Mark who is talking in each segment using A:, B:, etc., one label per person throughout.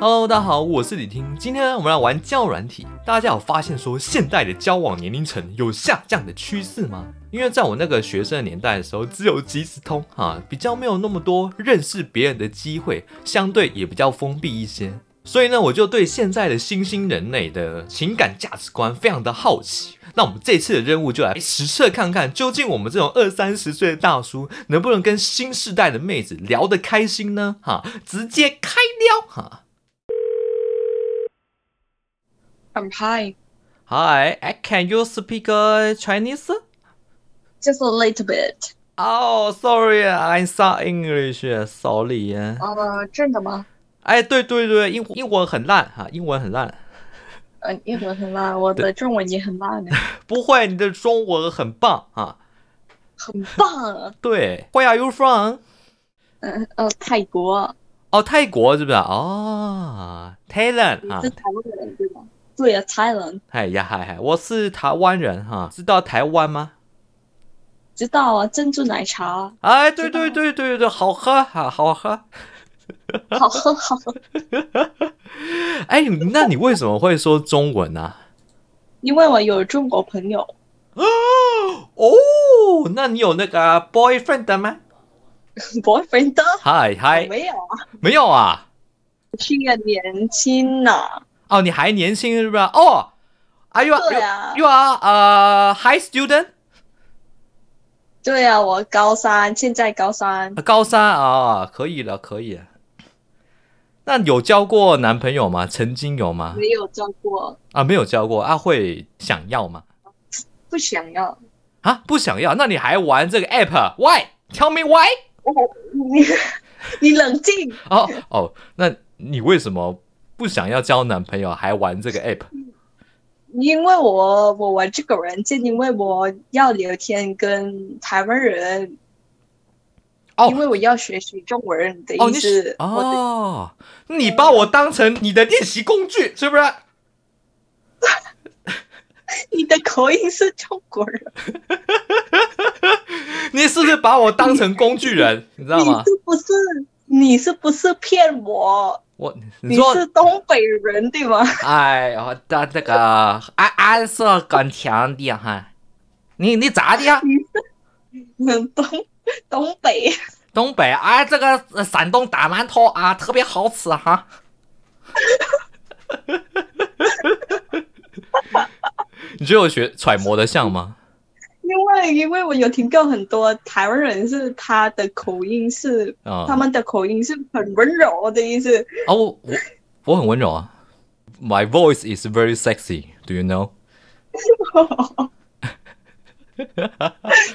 A: Hello，大家好，我是李听。今天呢，我们来玩交友软体。大家有发现说现代的交往年龄层有下降的趋势吗？因为在我那个学生的年代的时候，只有即时通啊，比较没有那么多认识别人的机会，相对也比较封闭一些。所以呢，我就对现在的新兴人类的情感价值观非常的好奇。那我们这次的任务就来实测看看，究竟我们这种二三十岁的大叔能不能跟新时代的妹子聊得开心呢？哈、直接开撩哈。
B: I'm high,
A: Hi, I can you speak uh, Chinese?
B: just a little bit.
A: Oh, sorry, I saw English. uh, Sorry.
B: 呃，真的吗？
A: 哎，对对对，英英文很烂哈，英文很烂。
B: 呃，英文很烂，我的中文也很烂呢，
A: 不会，你的中文很棒啊。
B: 很棒啊。
A: 对，Where are you from？
B: 嗯呃，泰国，
A: 哦，泰国是不是？哦，Thailand
B: 你
A: 啊
B: 是，台湾人对吧？对啊，台湾，
A: 哎呀嗨嗨，我是台湾人哈、知道台湾吗？
B: 知道啊，珍珠奶茶，
A: 哎，对
B: 知道
A: 对对对对，好喝哈、好喝。
B: 好喝好 喝。
A: 哎，你那你为什么会说中文呢、啊？
B: 因为我有中国朋友，
A: 哦，那你有那个啊 boyfriend 吗？
B: boyfriend 的
A: 嗨嗨，
B: 没有啊，
A: 没有啊？
B: 去年年轻呐，
A: 哦，你还年轻是不是？哦，Are you
B: 对啊
A: you are 呃 high student
B: 对啊，我高三，现在高三，
A: 啊高三啊、可以了，可以了。那有交过男朋友吗？曾经有吗？
B: 没有交过，
A: 啊，没有交过啊，会想要吗？
B: 不想要。
A: 啊，不想要。那你还玩这个 app？Why？Tell me why？
B: 你 你冷静，
A: 哦哦，那你为什么不想要交男朋友，还玩这个 app？
B: 因为我我玩这个软件，因为我要聊天跟台湾人，
A: 哦
B: 因为我要学习中文的
A: 哦，
B: 意
A: 你是
B: 思。我的
A: 哦，你把我当成你的练习工具，是不是？
B: 你的口音是中国人，
A: 你是不是把我当成工具 人？你知道
B: 你
A: 吗？
B: 是不是你是不是骗我？
A: 我你
B: 你
A: 说，
B: 是东北人对吗？
A: 哎呀，他那个安安是很强的哈。你你咋的呀？
B: 嗯，东东北，
A: 东北啊，这个呃山东大馒头啊，特别好吃哈。 你觉得我学揣摩的像吗？
B: 因为因为我有听过很多台湾人是他的口音是、
A: 啊、
B: 他们的口音是很温柔的意思。
A: 哦，我我我很温柔啊。My voice is very sexy. Do you know?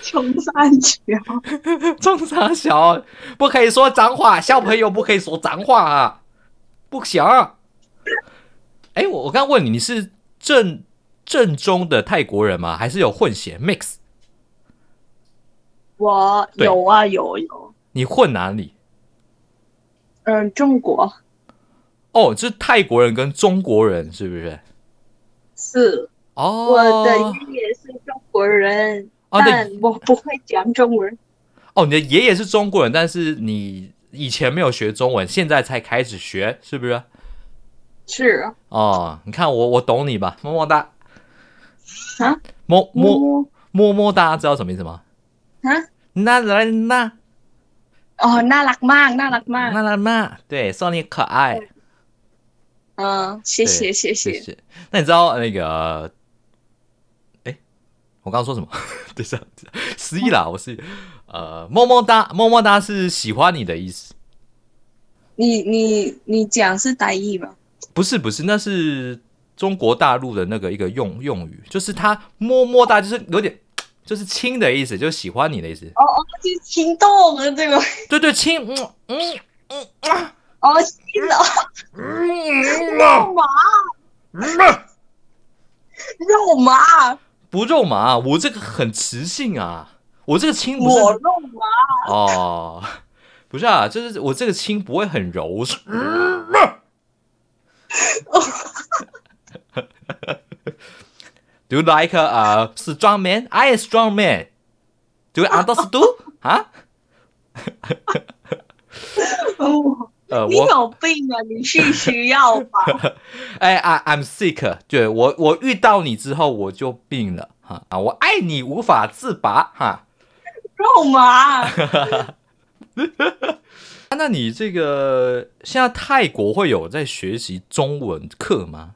B: 穷山脚。
A: 中啥小？不可以说脏话，小朋友不可以说脏话啊，不行。哎，我我刚问你，你是正正宗的泰国人吗？还是有混血 mix？
B: 我
A: 对
B: 有啊，有有，
A: 你混哪里？
B: 嗯，中国
A: 哦，是泰国人跟中国人是不是？
B: 是、
A: 哦，
B: 我的爷爷是中国人，
A: 哦，
B: 但
A: 对，
B: 我不会讲中文。
A: 哦，你的爷爷是中国人，但是你以前没有学中文，现在才开始学，是不是？
B: 是
A: 哦，你看我我懂你吧，么么哒，
B: 啊，
A: 么么
B: 摸
A: 么么哒，知道什么意思吗？
B: 啊，
A: 那来那
B: 哦，น่ารักมากน่ารักมาก
A: 那那那，对，说你可爱，
B: 嗯，谢谢谢
A: 谢
B: 谢。
A: 谢。那你知道呃那个？哎，我刚刚说什么？ 等一下，失忆啦，我是呃，么么哒，么么哒是喜欢你的意思，
B: 你你你讲是台语吗？
A: 不是不是，那是中国大陆的那个一个用用语，就是他么么哒，就是有点就是亲的意思，就是喜欢你的意思。
B: 哦哦，是心动了这个，
A: 对对，亲，嗯嗯
B: 哦，心动
A: 嗯啊
B: 肉麻
A: 嗯啊。
B: 肉麻，
A: 不肉麻，我这个很磁性啊，我这个亲不是
B: 我肉麻，
A: 哦，不是啊，就是我这个亲不会很柔， 我是、Do you like 啊、strong man? I am strong man. Do you understand? 啊？
B: 哦，
A: 呃，
B: 你
A: 我
B: 有病啊！你是需要吧？
A: 哎，I I'm sick，对我我遇到你之后我就病了哈啊，我爱你无法自拔哈。
B: 肉麻，
A: 啊那你这个现在泰国会有在学习中文课吗？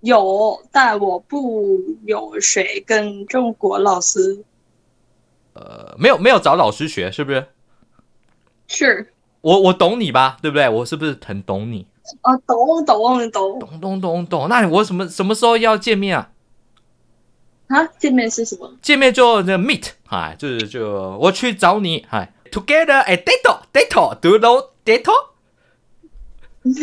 B: 有，但我不有谁跟中国老师
A: 呃，没有没有找老师学是不是？
B: 是
A: 我我懂你吧，对不对？我是不是很懂你？
B: 啊，懂懂懂
A: 懂懂懂懂。那我什么什么时候要见面啊？
B: 啊！见面是什么？
A: 见面就那 meet，哎，就是就我去找你，哎，together at date date do you know date，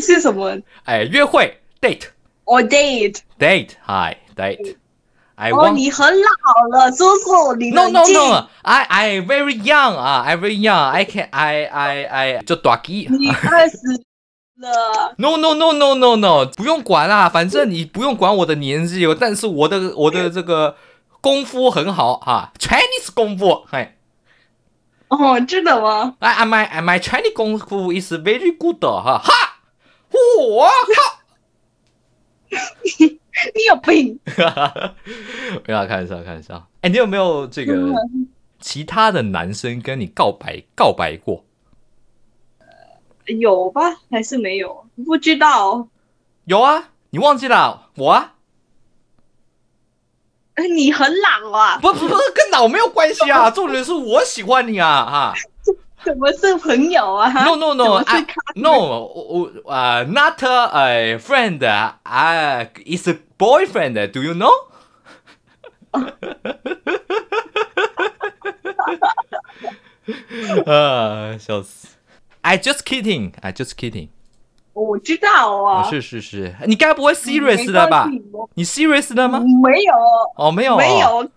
B: 是什么
A: 哎，约会 date
B: ？Or date？
A: date，哎 date。I
B: 哦，
A: want
B: 你很老了，叔叔，你
A: no
B: 冷
A: no
B: 静
A: no I I very young 啊，I very young I can I I I 就短机。
B: 你二十了，
A: No no no no no no，不用管啦，反正你不用管我的年纪，但是我的我的这个功夫很好哈、c h i n e s e 功夫，嘿，
B: 哦，真的吗？
A: 哎，my my Chinese 功夫 is very good 哈哈，我靠！
B: 你有病！
A: 不要开玩笑，开玩笑。哎、你有没有这个
B: 真的
A: 其他的男生跟你告白告白过？
B: 有吧？还是没有？不知道。
A: 有啊，你忘记了我啊？
B: 哎你很老啊，
A: 不不不，跟脑没有关系啊，重点是我喜欢你啊哈。
B: 怎么是朋友啊？
A: No no
B: 怎
A: no
B: 么是
A: I,
B: 咖
A: no 我我呃 not a friend I is a boyfriend do you know？呃，笑死！I just kidding, I just kidding。哦
B: 我知道啊，
A: 是是是，你该不会 serious 的吧？
B: 嗯没关系
A: 你 serious 的吗？
B: 没有，
A: 哦，没有、哦，
B: 没有，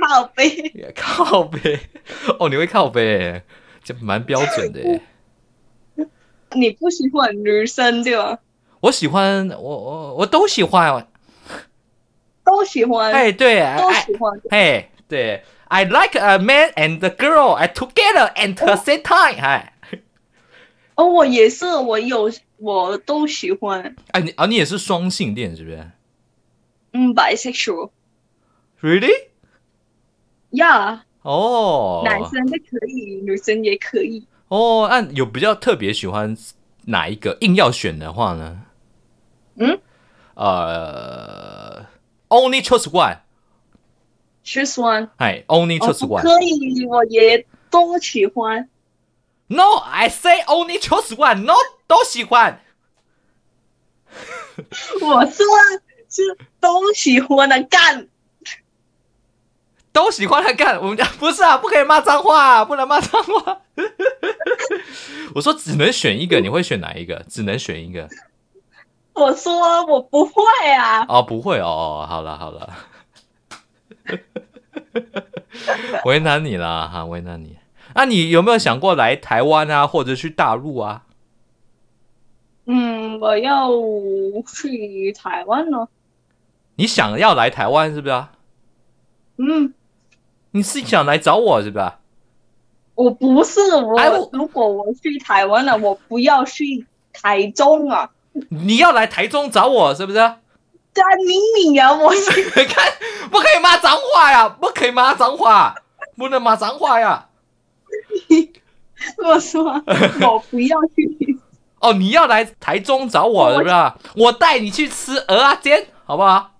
B: 靠背，
A: 靠背。哦，你会靠背，这蛮标准的耶。
B: 你不喜欢女生对吧？
A: 我喜欢，我我我都喜欢。
B: 都喜欢，
A: 哎，对，
B: 呃都
A: 哎
B: 喜欢，
A: 哎，对，I like a man and a girl at together at the same time。哎，
B: 哦，我也是，我有，我都喜欢，
A: 哎，你 Ah, 啊，你也是双性恋是不是
B: 嗯，bisexual，
A: ？Really？Oh.
B: 呀
A: 哦，
B: 男生的可以，女生也可以，
A: 哦，Oh, 那有比较特别喜欢哪一个？硬要选的话呢？
B: 嗯，
A: 呃，Only choose one。
B: 吃酸，
A: 哎，Only
B: 哦，
A: choose
B: Oh，不
A: one。
B: 可以，我也都喜欢，
A: No，I say only choose one。No，都喜欢。
B: 我说是都喜欢的干。
A: 都喜欢他干，我们家不是啊，不可以骂脏话、啊，不能骂脏话。我说只能选一个，你会选哪一个？只能选一个
B: 我说我不会啊，
A: 哦，不会哦，哦好了好了， 为难你啦哈，为难你。那、你有没有想过来台湾啊，或者去大陆啊？
B: 嗯，我要去台湾了，
A: 你想要来台湾是不是、啊？
B: 嗯，
A: 你是想来找我是不是、啊？
B: 我不是我，
A: 哎我
B: 如果我去台湾了，我不要去台中啊，
A: 你要来台中找我是不是啊？
B: 干你你啊， 我是
A: 看，不可以骂脏话呀，不可以骂脏话，不能骂脏话呀。
B: 我说我不要 去，
A: 哦，你要来台中找我
B: 我
A: 是不是啊？我带你去吃鹅啊煎，好不好？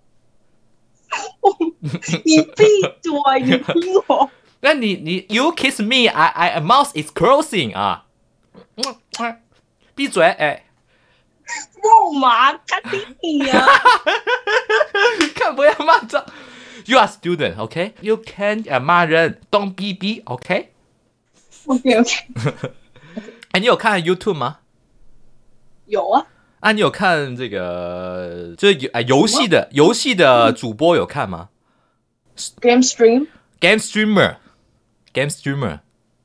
B: 你闭嘴，你听我，
A: 那你你 you kiss me, I I a mouth is closing 啊，嗯嗯闭嘴哎，
B: 肉麻，干你你啊，
A: 看不要骂脏。You are student, OK? You can 呃骂人，don't be be, OK?
B: OK OK，
A: 哎，你有看 YouTube 吗？
B: 有啊，
A: 啊，你有看这个就是游啊游戏的游戏的主播有看吗
B: Game Stream
A: ？Game streamer, game streamer，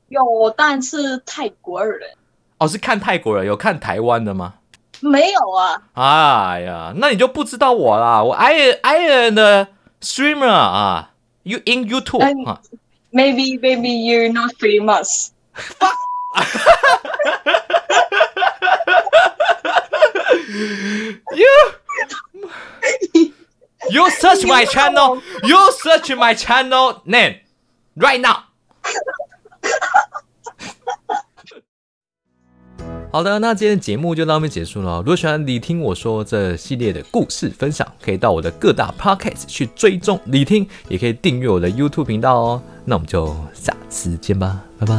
B: 有，但是泰国人
A: 哦是看泰国人，有看台湾的吗？
B: 没有啊，
A: 哎呀，那你就不知道我啦，我 I I 的 streamer 啊，you in YouTube
B: 哎
A: 啊，
B: Maybe, maybe you're not famous.
A: You search my channel. You search my channel name right now. 好的，那今天的节目就到这边结束了哦。如果喜欢你听我说这系列的故事分享，可以到我的各大 podcast 去追踪你听，也可以订阅我的 YouTube 频道哦。那我们就下次见吧，拜拜。